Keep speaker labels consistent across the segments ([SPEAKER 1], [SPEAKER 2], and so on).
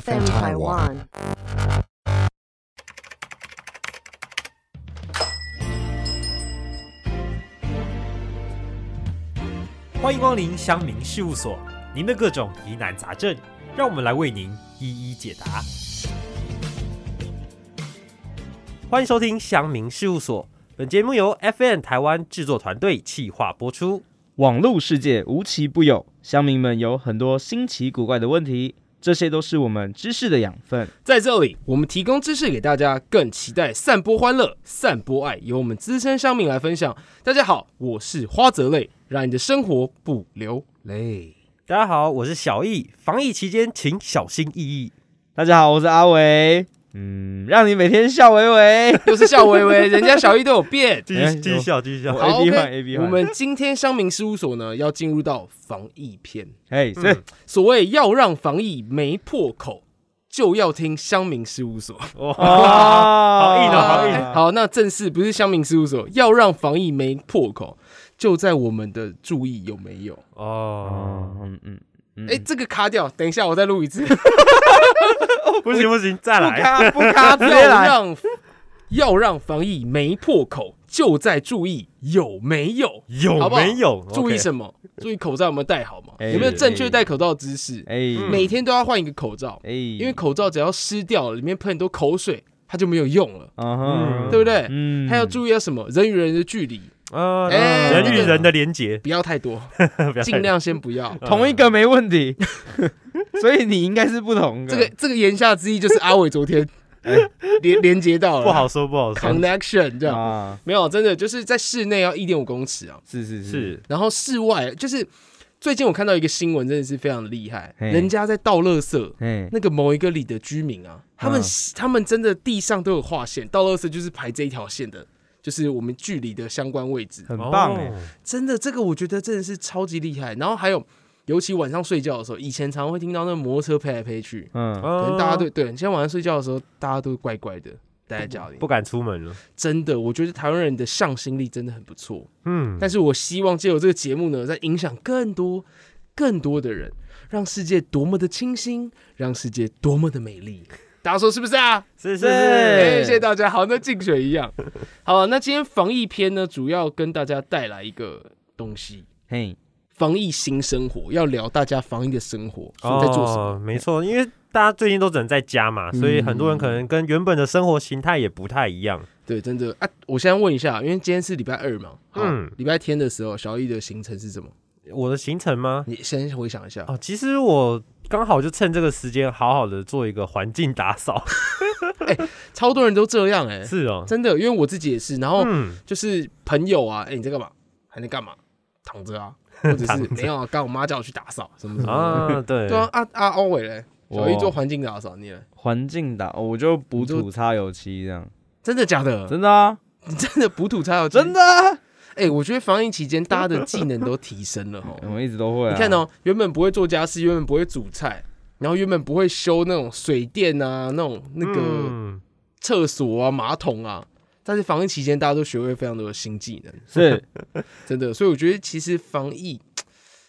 [SPEAKER 1] FM Taiwan.
[SPEAKER 2] 欢迎光临乡民事务所，您的各种疑难杂症，让我们来为您一一解答。欢迎收听乡民事务所，本节目由 FN 台湾制作团队企划播出。
[SPEAKER 3] 网络世界无奇不有，乡民们有很多新奇古怪的问题，这些都是我们知识的养分。
[SPEAKER 4] 在这里，我们提供知识给大家，更期待散播欢乐、散播爱，由我们资深乡民来分享。大家好，我是花泽类，让你的生活不流泪。
[SPEAKER 2] 大家好，我是小易，防疫期间请小心翼翼。
[SPEAKER 3] 大家好，我是阿伟，嗯，让你每天笑微微。
[SPEAKER 4] 又是笑微微，人家小一都有变。
[SPEAKER 2] 继
[SPEAKER 3] 哎
[SPEAKER 2] 续继续笑，继续
[SPEAKER 3] 我
[SPEAKER 2] 笑。
[SPEAKER 4] 好
[SPEAKER 3] AB
[SPEAKER 4] OK
[SPEAKER 3] 换 AB
[SPEAKER 4] 我
[SPEAKER 3] 换，
[SPEAKER 4] 们今天乡民事务所呢，要进入到防疫篇。
[SPEAKER 3] 哎，是
[SPEAKER 4] 所谓要让防疫没破口，就要听乡民事务所。
[SPEAKER 2] 哇，
[SPEAKER 3] 啊
[SPEAKER 2] 好硬哦 好硬
[SPEAKER 4] 哎好，那正式不是乡民事务所，要让防疫没破口，就在我们的注意有没有？
[SPEAKER 2] 哦，
[SPEAKER 3] 嗯嗯嗯，
[SPEAKER 4] 哎、这个卡掉，等一下我再录 一次。
[SPEAKER 2] 不行不行，再
[SPEAKER 3] 不
[SPEAKER 2] 来。
[SPEAKER 3] 卡不卡，直接
[SPEAKER 4] 要
[SPEAKER 3] 来。
[SPEAKER 4] 让要让防疫没破口，就在注意有没有。
[SPEAKER 2] 有
[SPEAKER 4] 好不好
[SPEAKER 2] 没有？
[SPEAKER 4] 注意
[SPEAKER 2] OK
[SPEAKER 4] 什么？注意口罩有没有戴好嘛？
[SPEAKER 3] 哎
[SPEAKER 4] 有没有正确戴口罩的姿势？
[SPEAKER 3] 哎
[SPEAKER 4] 每天都要换一个口罩，
[SPEAKER 3] 哎，
[SPEAKER 4] 嗯因
[SPEAKER 3] 因
[SPEAKER 4] 为口罩只要湿掉了，里面喷很多口水，它就没有用了，
[SPEAKER 3] 嗯哼，
[SPEAKER 4] 对不对？
[SPEAKER 3] 嗯
[SPEAKER 4] 还要注意到什么？人与人的距离
[SPEAKER 2] 啊，
[SPEAKER 4] 哎
[SPEAKER 2] 人与
[SPEAKER 4] 那个
[SPEAKER 2] 人的连结，
[SPEAKER 4] 不要 太多，
[SPEAKER 2] 不要太
[SPEAKER 4] 尽量先不要。
[SPEAKER 3] 同一个没问 题，所以你应该是不同的。
[SPEAKER 4] 这个这个言下之意就是阿伟 昨天
[SPEAKER 3] 哎
[SPEAKER 4] 连连接到了
[SPEAKER 2] 不好说不好说。
[SPEAKER 4] connection 这样。
[SPEAKER 3] 啊，
[SPEAKER 4] 没有，真的就是在室内要一点五公尺啊，
[SPEAKER 3] 是是是，
[SPEAKER 2] 是
[SPEAKER 4] 然后室外就是最近我看到一个新闻，真的是非常厉害，
[SPEAKER 3] 嘿
[SPEAKER 4] 人家在倒垃圾，
[SPEAKER 3] 哎，
[SPEAKER 4] 那个某一个里的居民啊，他们、
[SPEAKER 3] 嗯
[SPEAKER 4] 他们真的地上都有划线，倒垃圾就是排这一条线的，就是我们距离的相关位置，
[SPEAKER 3] 很棒哎，
[SPEAKER 2] 哦
[SPEAKER 4] 真的这个我觉得真的是超级厉害。然后还有，尤其晚上睡觉的时候，以前常会听到那摩托车飞来飞去，
[SPEAKER 3] 嗯，
[SPEAKER 2] 哦
[SPEAKER 4] 可能大家对对，现在晚上睡觉的时候，大家都怪怪的待在家里
[SPEAKER 2] 不，敢出门了。
[SPEAKER 4] 真的，我觉得台湾人的向心力真的很不错。
[SPEAKER 2] 嗯，
[SPEAKER 4] 但是我希望借由这个节目呢，在影响更多、更多的人，让世界多么的清新，让世界多么的美丽。大家说是不是啊？
[SPEAKER 2] 是
[SPEAKER 3] 是
[SPEAKER 4] 哎、
[SPEAKER 3] 对
[SPEAKER 4] 谢谢大家。好，那竞选一样。好，那今天防疫篇呢，主要跟大家带来一个东西
[SPEAKER 3] 嘿，
[SPEAKER 4] ——防疫新生活，要聊大家防疫的生活在做什么。嗯
[SPEAKER 2] 哦？没错，因为大家最近都只能在家嘛，所以很多人可能跟原本的生活形态也不太一样。
[SPEAKER 4] 对，真的啊，我现在问一下，因为今天是礼拜二嘛，嗯
[SPEAKER 2] 嗯，
[SPEAKER 4] 礼拜天的时候，小易的行程是什么？
[SPEAKER 2] 我的行程吗？
[SPEAKER 4] 你先回想一下。
[SPEAKER 2] 哦，其实我刚好就趁这个时间，好好的做一个环境打 扫。
[SPEAKER 4] 超多人都这样哎、
[SPEAKER 2] 是哦，
[SPEAKER 4] 真的，因为我自己也是。然后
[SPEAKER 2] 嗯，
[SPEAKER 4] 就是朋友啊，哎、你在干嘛？还能干嘛？躺着啊，或者是
[SPEAKER 2] 躺着
[SPEAKER 4] 没有啊？刚我妈叫我去打扫，什么什么的。
[SPEAKER 2] 啊，对，
[SPEAKER 4] 对啊，啊啊，欧伟嘞，小
[SPEAKER 3] 我
[SPEAKER 4] 易做环境打扫，你嘞？
[SPEAKER 3] 环境打，我就补土擦油漆这样，
[SPEAKER 4] 真的假的？
[SPEAKER 3] 真的啊，
[SPEAKER 4] 你真的补土才有
[SPEAKER 3] 真？的啊，
[SPEAKER 4] 哎、我觉得防疫期间大家的技能都提升了 哦
[SPEAKER 3] 我。们一直都会啊。
[SPEAKER 4] 你看，哦，原本不会做家事，原本不会煮菜，然后原本不会修那种水电啊，那种那个
[SPEAKER 2] 嗯
[SPEAKER 4] 厕所啊、马桶啊，但是防疫期间大家都学会非常多的新技能。
[SPEAKER 3] 是
[SPEAKER 4] 真的，所以我觉得其实防疫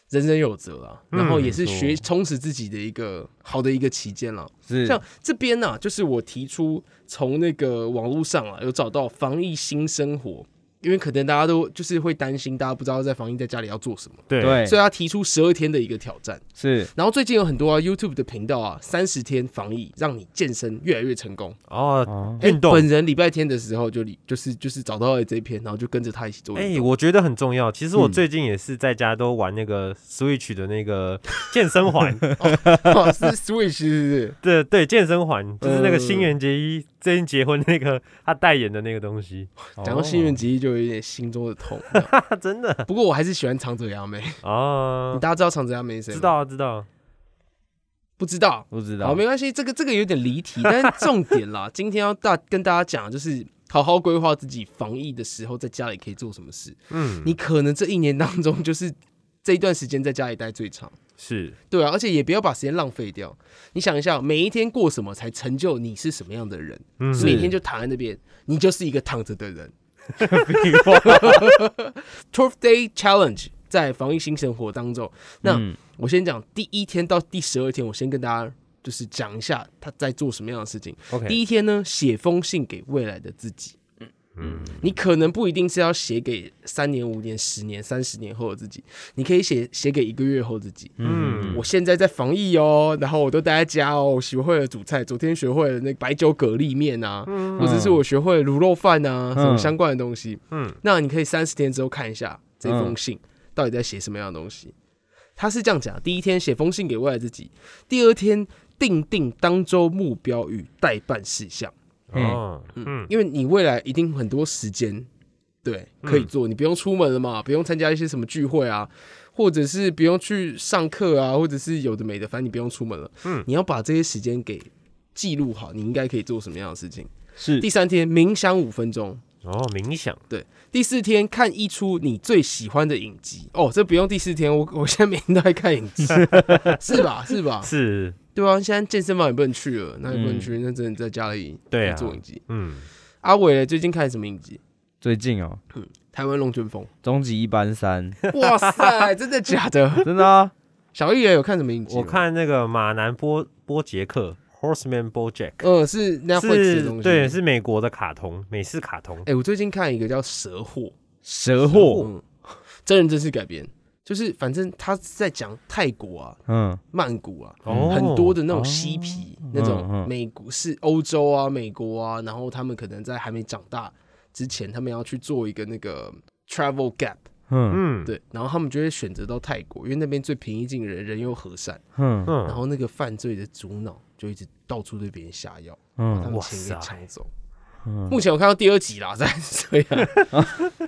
[SPEAKER 4] 人人有责啦，然后也是
[SPEAKER 3] 嗯没
[SPEAKER 4] 学
[SPEAKER 3] 错
[SPEAKER 4] 充实自己的一个好的一个期间啦。
[SPEAKER 3] 是，
[SPEAKER 4] 像这边呢、就是我提出从那个网络上啊有找到防疫新生活，因为可能大家都就是会担心，大家不知道在防疫在家里要做什么，
[SPEAKER 2] 对
[SPEAKER 3] 对，
[SPEAKER 4] 所以他提出十二天的一个挑战。
[SPEAKER 3] 是
[SPEAKER 4] 然后最近有很多啊 YouTube 的频道啊，三十天防疫让你健身越来越成功。
[SPEAKER 2] 哦，
[SPEAKER 3] 哦，
[SPEAKER 4] 哎
[SPEAKER 2] 运动
[SPEAKER 4] 本人礼拜天的时候就里就是就是找到了这一篇，然后就跟着他一起做运
[SPEAKER 2] 哎、
[SPEAKER 4] 动。
[SPEAKER 2] 我觉得很重要。其实我
[SPEAKER 3] 嗯
[SPEAKER 2] 最近也是在家都玩那个 Switch 的那个健身环，
[SPEAKER 3] 哎
[SPEAKER 4] 哇 是 Switch 是不是？
[SPEAKER 2] 对对，健身环就是那个
[SPEAKER 4] 呃
[SPEAKER 2] 新垣结衣最近结婚那个他代言的那个东 西，
[SPEAKER 4] 讲到新垣
[SPEAKER 2] 哦
[SPEAKER 4] 结衣，就有一点心中的痛。
[SPEAKER 2] 啊、真的
[SPEAKER 4] 不过我还是喜欢长泽雅美。
[SPEAKER 2] 哦，
[SPEAKER 4] 大家知道长泽雅美是谁？
[SPEAKER 2] 知？道啊知道啊，
[SPEAKER 4] 不知道？
[SPEAKER 3] 不知
[SPEAKER 4] 好，
[SPEAKER 3] 道，
[SPEAKER 4] 没关系，这个这个有点离题，但是重点啦，今天要大跟大家讲，就是好好规划自己防疫的时候，在家里可以做什么事。
[SPEAKER 2] 嗯，
[SPEAKER 4] 你可能这一年当中，就是这一段时间在家里待最长。
[SPEAKER 2] 是
[SPEAKER 4] 对啊，而且也不要把时间浪费掉。你想一下，每一天过什么才成就你是什么样的人？
[SPEAKER 2] 嗯
[SPEAKER 4] 每 天就躺在那边，你就是一个躺着的人。Twelve Day Challenge 在防疫新生活当中，那
[SPEAKER 3] 嗯
[SPEAKER 4] 我先讲第一天到第十二天，我先跟大家就是讲一下他在做什么样的事情。
[SPEAKER 2] OK，
[SPEAKER 4] 第一天呢，写封信给未来的自己。嗯，你可能不一定是要写给三年、五年、十年、三十年后的自己，你可以写写给一个月后的自己。
[SPEAKER 2] 嗯，
[SPEAKER 4] 我现在在防疫哦，然后我都待在家哦，我学会了煮菜，昨天学会了那白酒蛤蜊面啊，或者是我学会了卤肉饭啊，什么
[SPEAKER 3] 嗯
[SPEAKER 4] 相关的东西。
[SPEAKER 2] 嗯
[SPEAKER 4] 嗯，那你可以三十天之后看一下这封信到底在写什么样的东西。他是这样讲：第一天写封信给未来自己，第二天定定当周目标与待办事项。
[SPEAKER 2] 哦，嗯，
[SPEAKER 4] 因为你未来一定很多时间，对，可以做，你不用出门了嘛，不用参加一些什么聚会啊，或者是不用去上课啊，或者是有的没的，反正你不用出门了。嗯，你要把这些时间给记录好，你应该可以做什么样的事情。
[SPEAKER 3] 是
[SPEAKER 4] 第三天冥想五分钟，
[SPEAKER 2] 哦，冥想，
[SPEAKER 4] 第四天看一出你最喜欢的影集。哦，这不用第四天，我我现在每天都在看影 集，是吧？是吧？
[SPEAKER 2] 是，
[SPEAKER 4] 对啊，现在健身房也不能去了，那也不能去，那只能在家里
[SPEAKER 2] 嗯对啊
[SPEAKER 4] 做影集。
[SPEAKER 2] 嗯，
[SPEAKER 4] 阿伟嘞最近看什么影集？
[SPEAKER 3] 最近哦，
[SPEAKER 4] 台湾龙卷风。
[SPEAKER 3] 终极一班三，
[SPEAKER 4] 哇塞，真的假的？
[SPEAKER 3] 真的啊，
[SPEAKER 4] 小艺人有看什么影集吗？
[SPEAKER 2] 我看那个马南波波杰克 （Horseman BoJack）
[SPEAKER 4] 呃，是 Netflix 的东
[SPEAKER 2] 是，
[SPEAKER 4] 西。
[SPEAKER 2] 对，。是美国的卡通，美式卡通
[SPEAKER 4] 哎、。我最近看一个叫《蛇祸
[SPEAKER 3] 蛇货，
[SPEAKER 4] 嗯，真人真事改编，就是反正他是在讲泰国啊、
[SPEAKER 3] 嗯，
[SPEAKER 4] 曼谷啊，
[SPEAKER 2] 哦
[SPEAKER 4] 很多的那种嬉皮、那
[SPEAKER 3] 嗯
[SPEAKER 4] 种
[SPEAKER 3] 嗯
[SPEAKER 4] 美国是欧洲啊、美国啊，然后他们可能在还没长大之前，他们要去做一个那个 travel gap，
[SPEAKER 3] 哼
[SPEAKER 2] 嗯，
[SPEAKER 4] 对，然后他们就会选择到泰国，因为那边最平易近人，人又和善，
[SPEAKER 3] 哼
[SPEAKER 2] 嗯，
[SPEAKER 4] 然后那个犯罪的主脑就一直到处对别人下药。把他
[SPEAKER 3] 嗯，
[SPEAKER 4] 们
[SPEAKER 2] 哇
[SPEAKER 4] 钱给
[SPEAKER 2] 塞
[SPEAKER 4] 抢走。
[SPEAKER 3] 嗯
[SPEAKER 4] 目前我看到第二集啦，大概是这样。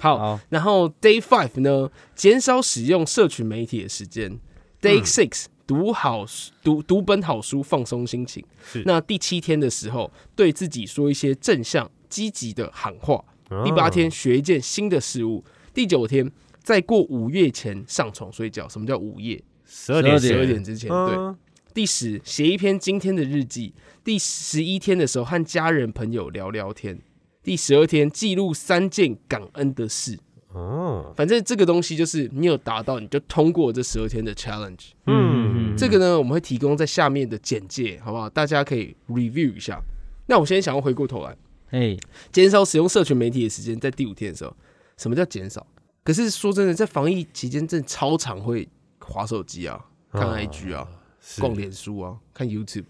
[SPEAKER 4] 好，
[SPEAKER 3] 好，
[SPEAKER 4] 然后 Day Five 呢，减少使用社群媒体的时间。Day
[SPEAKER 2] 嗯
[SPEAKER 4] Six 读好读读本好书，放松心情
[SPEAKER 2] 是。
[SPEAKER 4] 那第七天的时候，对自己说一些正向、积极的喊话。
[SPEAKER 2] 哦
[SPEAKER 4] 第八天学一件新的事物。第九天在过午夜前上床睡觉。什么叫午夜？
[SPEAKER 2] 十二点
[SPEAKER 3] 12
[SPEAKER 4] 十
[SPEAKER 3] 点
[SPEAKER 4] 二点之前，对。
[SPEAKER 2] 嗯
[SPEAKER 4] 第十，写一篇今天的日记。第十一天的时候，和家人朋友聊聊天。第十二天，记录三件感恩的事。
[SPEAKER 2] 哦，
[SPEAKER 4] 反正这个东西就是你有达到，你就通过这十二天的 challenge。
[SPEAKER 2] 嗯，
[SPEAKER 4] 这个呢，我们会提供在下面的简介，好不好？大家可以 review 一下。那我现在想要回过头来，
[SPEAKER 3] 哎，
[SPEAKER 4] 减少使用社群媒体的时间，在第五天的时候，什么叫减少？可是说真的，在防疫期间，真的超常会划手机啊，看
[SPEAKER 2] 哦
[SPEAKER 4] IG 啊。
[SPEAKER 2] 是
[SPEAKER 4] 逛脸书啊，看 YouTube，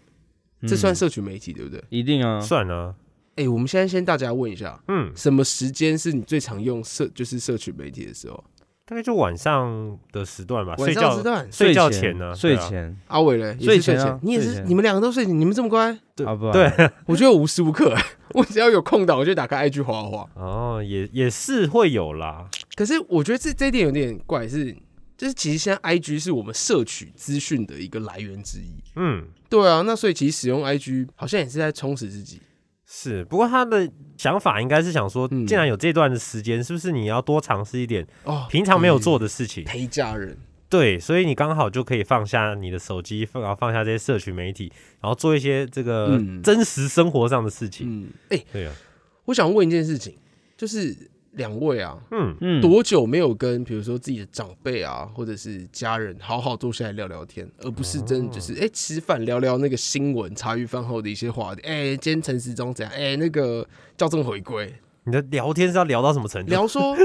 [SPEAKER 4] 这
[SPEAKER 2] 嗯
[SPEAKER 4] 算社群媒体对不对？
[SPEAKER 3] 嗯一定啊，
[SPEAKER 2] 算啊，
[SPEAKER 4] 哎、我们现在先大家问一下，
[SPEAKER 2] 嗯，
[SPEAKER 4] 什么时间是你最常用社就是社群媒体的时候？
[SPEAKER 2] 大概就晚上的时段吧，
[SPEAKER 4] 晚
[SPEAKER 2] 啊睡
[SPEAKER 4] 上
[SPEAKER 2] 觉
[SPEAKER 4] 时段，
[SPEAKER 2] 睡觉
[SPEAKER 3] 前
[SPEAKER 2] 前呢，
[SPEAKER 3] 睡
[SPEAKER 2] 对啊
[SPEAKER 3] 前
[SPEAKER 4] 阿伟嘞，也是
[SPEAKER 3] 睡
[SPEAKER 4] 睡
[SPEAKER 3] 前啊
[SPEAKER 4] 你也
[SPEAKER 3] 睡
[SPEAKER 4] 是，
[SPEAKER 3] 前
[SPEAKER 4] 你们两个都睡前，你们这么乖，
[SPEAKER 3] 啊不，
[SPEAKER 2] 对，
[SPEAKER 4] 我觉得我无时无刻， 我只要有空档，我就打开 IG 滑滑滑。
[SPEAKER 2] 哦，也也是会有啦，
[SPEAKER 4] 可是我觉得这这一点有点怪，是就是其实现在 IG 是我们摄取资讯的一个来源之一。
[SPEAKER 2] 嗯，
[SPEAKER 4] 对啊，那所以其实使用 IG 好像也是在充实自己。
[SPEAKER 2] 是。不过他的想法应该是想说，
[SPEAKER 4] 嗯
[SPEAKER 2] 既然有这段的时间，是不是你要多尝试一点
[SPEAKER 4] 哦，
[SPEAKER 2] 平常没有做的事情？
[SPEAKER 4] 陪家人，
[SPEAKER 2] 对，所以你刚好就可以放下你的手机，放然后放下这些社群媒体，然后做一些这个
[SPEAKER 4] 嗯
[SPEAKER 2] 真实生活上的事情。
[SPEAKER 4] 嗯，哎、
[SPEAKER 2] 对啊，
[SPEAKER 4] 我想问一件事情，就是两位啊，
[SPEAKER 2] 嗯，
[SPEAKER 3] 嗯，
[SPEAKER 4] 多久没有跟比如说自己的长辈啊，或者是家人好好坐下来聊聊天，而不是真的就是
[SPEAKER 2] 哦
[SPEAKER 4] 哎、诶吃饭聊聊那个新闻、茶余饭后的一些话题，哎、今天陈时中怎样，哎、那个校正回归，
[SPEAKER 2] 你的聊天是要聊到什么程度？
[SPEAKER 4] 聊说哎、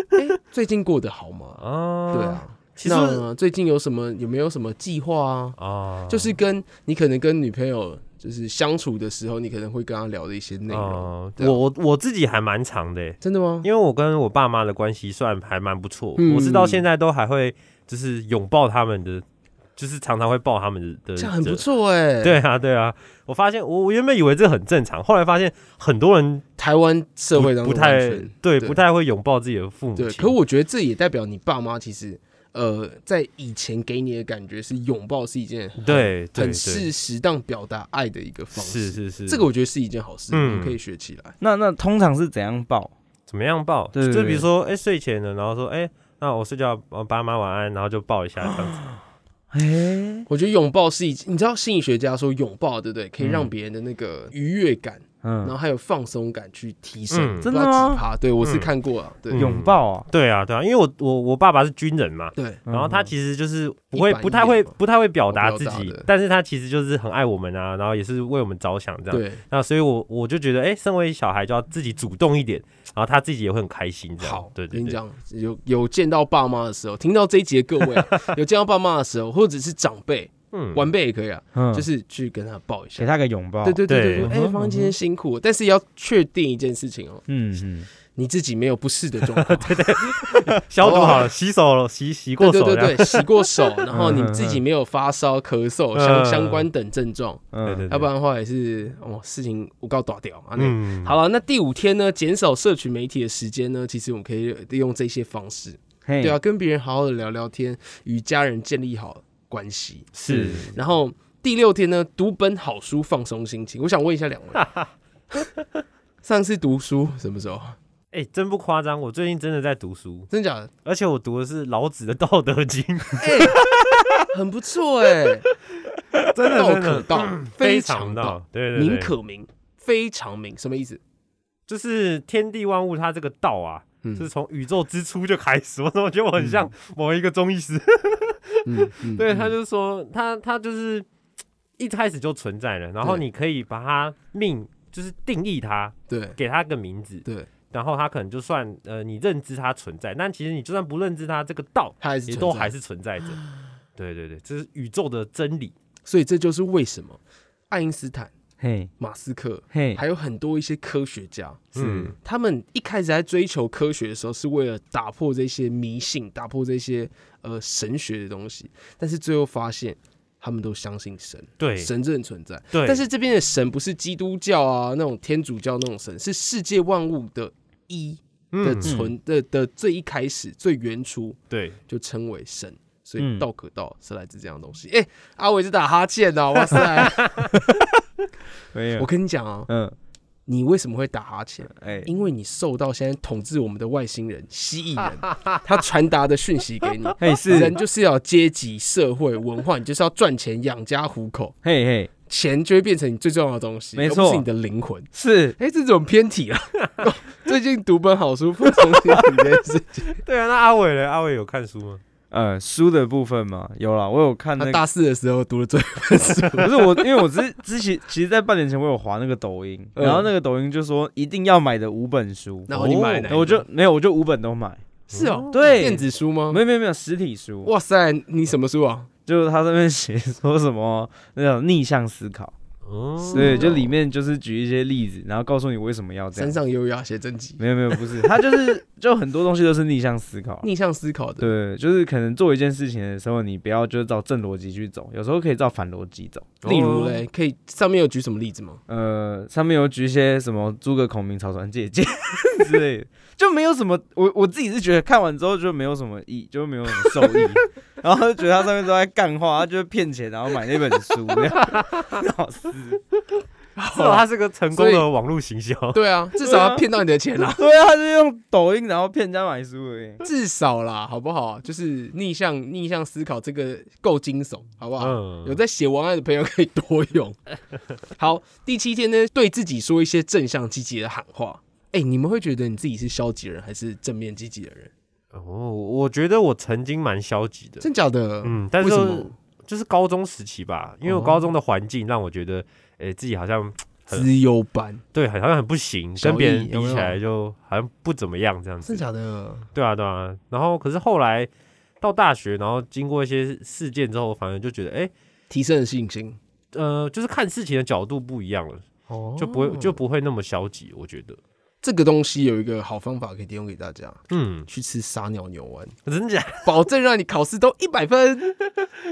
[SPEAKER 4] 最近过得好吗？
[SPEAKER 2] 啊，
[SPEAKER 4] 对，啊，
[SPEAKER 2] 其实
[SPEAKER 4] 那最近有什么有没有什么计划啊？
[SPEAKER 2] 啊，
[SPEAKER 4] 就是跟你可能跟女朋友就是相处的时候，你可能会跟她聊的一些内容，
[SPEAKER 2] 啊
[SPEAKER 4] 对啊
[SPEAKER 2] 我我我自己还蛮长的欸，
[SPEAKER 4] 真的吗？
[SPEAKER 2] 因为我跟我爸妈的关系算还蛮不错，
[SPEAKER 4] 嗯
[SPEAKER 2] 我是到现在都还会就是拥抱他们的，就是常常会抱他们的，的
[SPEAKER 4] 这样很不。错哎、
[SPEAKER 2] 对啊，对啊，我发现我我原本以为这很正常，后来发现很多人
[SPEAKER 4] 台湾社
[SPEAKER 2] 不
[SPEAKER 4] 会当
[SPEAKER 2] 不
[SPEAKER 4] 中
[SPEAKER 2] 太
[SPEAKER 4] 完全
[SPEAKER 2] 对，
[SPEAKER 4] 对
[SPEAKER 2] 不太会拥抱自己的父母亲。
[SPEAKER 4] 对，可我觉得这也代表你爸妈其实呃，在以前给你的感觉是拥抱是一件很
[SPEAKER 2] 对对对
[SPEAKER 4] 很是适当表达爱的一个方式。
[SPEAKER 2] 是是是，
[SPEAKER 4] 这个我觉得是一件好事，
[SPEAKER 2] 嗯
[SPEAKER 4] 我们可以学起来。
[SPEAKER 3] 那那通常是怎样报？
[SPEAKER 2] 怎么样抱？
[SPEAKER 3] 对对
[SPEAKER 2] 就比
[SPEAKER 3] 对
[SPEAKER 2] 如说哎、睡前了，然后说哎、那我睡觉，呃爸妈晚安，然后就抱一下这样子。
[SPEAKER 3] 哎，
[SPEAKER 2] 嗯
[SPEAKER 4] 我觉得拥抱是一，你知道心理学家说拥抱对不对，可以让别人的那个愉悦感然
[SPEAKER 3] 嗯，
[SPEAKER 4] 后还有放松感去提升
[SPEAKER 2] 嗯，
[SPEAKER 3] 真的吗
[SPEAKER 4] 不知道几趴对我是
[SPEAKER 2] 嗯
[SPEAKER 4] 看过啊，对
[SPEAKER 2] 嗯
[SPEAKER 3] 拥抱啊，
[SPEAKER 2] 对啊，对啊，因为我我我爸爸是军人嘛，
[SPEAKER 4] 对，
[SPEAKER 2] 然后他
[SPEAKER 3] 嗯
[SPEAKER 2] 其实就是不会
[SPEAKER 4] 一板
[SPEAKER 2] 不
[SPEAKER 4] 一
[SPEAKER 2] 太
[SPEAKER 4] 眼
[SPEAKER 2] 会
[SPEAKER 4] 嘛
[SPEAKER 2] 不太会表达
[SPEAKER 4] 表
[SPEAKER 2] 自
[SPEAKER 4] 达
[SPEAKER 2] 己
[SPEAKER 4] 的，
[SPEAKER 2] 但是他其实就是很爱我们啊，然后也是为我们着想这样。
[SPEAKER 4] 对，
[SPEAKER 2] 那所以我，我就觉得，哎、身为小孩就要自己主动一点，然后他自己也会很开心。这样
[SPEAKER 4] 好，
[SPEAKER 2] 对对
[SPEAKER 4] 跟你
[SPEAKER 2] 对，
[SPEAKER 4] 讲，有有见到爸妈的时候，听到这一集的各位啊、 有见到爸妈的时候，或者是长辈、
[SPEAKER 2] 嗯
[SPEAKER 4] 晚辈也可以啊，
[SPEAKER 3] 嗯
[SPEAKER 4] 就是去跟他抱一
[SPEAKER 3] 给
[SPEAKER 4] 下。
[SPEAKER 3] 他个拥抱，
[SPEAKER 4] 对对对
[SPEAKER 2] 对
[SPEAKER 4] 对对，哎，
[SPEAKER 3] 嗯哼
[SPEAKER 4] 方今天辛苦，但是也要确定一件事情哦，
[SPEAKER 3] 嗯嗯，
[SPEAKER 4] 你自己没有不适的状况。
[SPEAKER 2] 消毒好了，洗手了，洗洗过
[SPEAKER 4] 对
[SPEAKER 2] 手
[SPEAKER 4] 对
[SPEAKER 2] 了。
[SPEAKER 4] 对对，洗过手，然后你
[SPEAKER 3] 嗯嗯
[SPEAKER 4] 自己没有发烧、咳嗽
[SPEAKER 2] 嗯
[SPEAKER 4] 相相关等症状，
[SPEAKER 3] 嗯
[SPEAKER 2] 对对
[SPEAKER 4] 要不然的话也是哦，事情我告打掉啊。那
[SPEAKER 2] 嗯，
[SPEAKER 4] 好了，那第五天呢，减少社群媒体的时间呢，其实我们可以利用这些方式。
[SPEAKER 3] 嘿
[SPEAKER 4] 对啊，，跟别人好好的聊聊天，与家人建立好关系。
[SPEAKER 2] 是
[SPEAKER 4] 然后第六天呢，读本好书放松心情。我想问一下两位，上次读书什么时候？
[SPEAKER 2] 哎、真不夸张，我最近真的在读书，
[SPEAKER 4] 真假的？
[SPEAKER 2] 而且我读的是老子的《 道德经》，
[SPEAKER 4] 很不错哎、
[SPEAKER 2] 真的
[SPEAKER 4] 道
[SPEAKER 2] 真
[SPEAKER 4] 可
[SPEAKER 2] 的
[SPEAKER 4] 道，嗯非
[SPEAKER 2] 非
[SPEAKER 4] 常
[SPEAKER 2] 常
[SPEAKER 4] 道，
[SPEAKER 2] 道，对对
[SPEAKER 4] 名
[SPEAKER 2] 对，
[SPEAKER 4] 可名，非常名，什么意思？
[SPEAKER 2] 就是天地万物它这个道啊，是
[SPEAKER 4] 嗯
[SPEAKER 2] 从宇宙之初就开始。我怎么觉得我很像某一个中医师？
[SPEAKER 4] 嗯，嗯
[SPEAKER 2] 对，他就说他他就是一开始就存在了，然后
[SPEAKER 4] 对
[SPEAKER 2] 你可以把它命就是定义它，
[SPEAKER 4] 对
[SPEAKER 2] 给它个名字，
[SPEAKER 4] 对，
[SPEAKER 2] 然后它可能就算呃你认知它存在，但其实你就算不认知它这个道，
[SPEAKER 4] 他还是
[SPEAKER 2] 也
[SPEAKER 4] 存
[SPEAKER 2] 都
[SPEAKER 4] 在
[SPEAKER 2] 还，是存在着。 对对对，这是宇宙的真理。
[SPEAKER 4] 所以这就是为什么爱因斯坦、
[SPEAKER 3] 嘿
[SPEAKER 4] 马斯克
[SPEAKER 3] 嘿，
[SPEAKER 4] 还有很多一些科学家，
[SPEAKER 2] 嗯
[SPEAKER 4] 他们一开始在追求科学的时候，是为了打破这些迷信，打破这些呃神学的东西，但是最后发现他们都相信神，
[SPEAKER 2] 对
[SPEAKER 4] 神真的存在。
[SPEAKER 2] 对，
[SPEAKER 4] 但是这边的神不是基督教啊，那种天主教那种神，是世界万物的一的
[SPEAKER 2] 嗯
[SPEAKER 4] 存的的最一开始最原初
[SPEAKER 2] 对，
[SPEAKER 4] 就称为神。所
[SPEAKER 3] 嗯
[SPEAKER 4] 以道可道是来自这样的东西。哎、阿伟是打哈欠哦，哇塞！
[SPEAKER 3] 没
[SPEAKER 4] 我
[SPEAKER 3] 有，
[SPEAKER 4] 跟你讲啊，
[SPEAKER 3] 嗯，
[SPEAKER 4] 你为什么会打哈欠？
[SPEAKER 3] 哎，
[SPEAKER 4] 因为你受到现在统治我们的外星人、蜥蜴 人，他传达的讯息给你，
[SPEAKER 3] 嘿是，
[SPEAKER 4] 人就是要有阶级、社会、文化，你就是要赚钱养家糊口，
[SPEAKER 3] 嘿嘿
[SPEAKER 4] 钱就会变成你最重要的东西，
[SPEAKER 3] 没
[SPEAKER 4] 而不
[SPEAKER 3] 错
[SPEAKER 4] 是你的灵魂。
[SPEAKER 3] 是，
[SPEAKER 4] 哎、这种偏 题了。哦最近读本好书，不重新体这件 事情。
[SPEAKER 2] 对啊。那阿伟呢？阿伟有看书吗？
[SPEAKER 3] 呃，书的部分嘛，有啦，我有看那
[SPEAKER 4] 他
[SPEAKER 3] 个
[SPEAKER 4] 大四的时候读了最后一本书，
[SPEAKER 3] 不是我，因为我之之前其实，在半年前我有划那个抖音，
[SPEAKER 4] 嗯
[SPEAKER 3] 然后那个抖音就说一定要买的五本书，
[SPEAKER 4] 然后你买了哪一
[SPEAKER 3] 然
[SPEAKER 4] 本
[SPEAKER 3] 后我就没有，我就五本都买，
[SPEAKER 4] 是哦，
[SPEAKER 3] 对
[SPEAKER 4] 电子书吗
[SPEAKER 3] 没？有没有没有实体书，
[SPEAKER 4] 哇塞，你什么书啊？
[SPEAKER 3] 就是它上面写说什么那种逆向思考，
[SPEAKER 2] 哦
[SPEAKER 3] 对，就里面就是举一些例子，然后告诉你为什么要这
[SPEAKER 4] 山
[SPEAKER 3] 样。
[SPEAKER 4] 上优雅写真集，
[SPEAKER 3] 没有没有，不是，它就是就很多东西都是逆向思考。啊
[SPEAKER 4] 逆向思考的。
[SPEAKER 3] 对，就是可能做一件事情的时候，你不要就是照正逻辑去走，有时候可以照反逻辑走。
[SPEAKER 4] 例如嘞，可以上面有举什么例子吗？
[SPEAKER 3] 呃，上面有举一些什么诸葛孔明草船借箭 之类的，就没有什么，我我自己是觉得看完之后就没有什么意，就没有什么受益，然后就觉得他上面都在干话，他就是骗钱，然后买那本书，这样 老师，
[SPEAKER 2] 至少 他是个成功
[SPEAKER 4] 所以
[SPEAKER 2] 的网络行销。
[SPEAKER 4] 对 啊，至少要骗到你的钱啦。
[SPEAKER 3] 对啊，他就用抖音然后骗人家买书而已。
[SPEAKER 4] 至少啦，好不好？就是逆向逆向思考，这个够惊悚，好不好？
[SPEAKER 2] 嗯
[SPEAKER 4] 有在写文案的朋友可以多用。 好，第七天呢，对自己说一些正向积极的喊话。哎、你们会觉得你自己是消极人还是正面积极的人？
[SPEAKER 2] 哦，我觉得我曾经蛮消极的，
[SPEAKER 4] 真假的？
[SPEAKER 2] 嗯，但
[SPEAKER 4] 为
[SPEAKER 2] 是
[SPEAKER 4] 什么
[SPEAKER 2] 就是高中时期吧，因为我
[SPEAKER 4] 哦
[SPEAKER 2] 高中的环境让我觉得，诶、自己好像很
[SPEAKER 4] 资优班？
[SPEAKER 2] 对，好像很不行，
[SPEAKER 4] 小
[SPEAKER 2] 跟别
[SPEAKER 4] 异
[SPEAKER 2] 人
[SPEAKER 4] 有
[SPEAKER 2] 比
[SPEAKER 4] 没
[SPEAKER 2] 起
[SPEAKER 4] 有
[SPEAKER 2] 来就好像不怎么样这样子。
[SPEAKER 4] 真假的？
[SPEAKER 2] 对啊，对啊。然后可是后来到大学，然后经过一些事件之后，反而就觉得，诶，
[SPEAKER 4] 提升了信心
[SPEAKER 2] 呃，就是看事情的角度不一样了，
[SPEAKER 4] 哦
[SPEAKER 2] 就不会就不会那么消极。我觉得，
[SPEAKER 4] 这个东西有一个好方法可以提供给大家，
[SPEAKER 2] 嗯，
[SPEAKER 4] 去吃撒尿牛丸，
[SPEAKER 2] 真假？
[SPEAKER 4] 保证让你考试都一百分，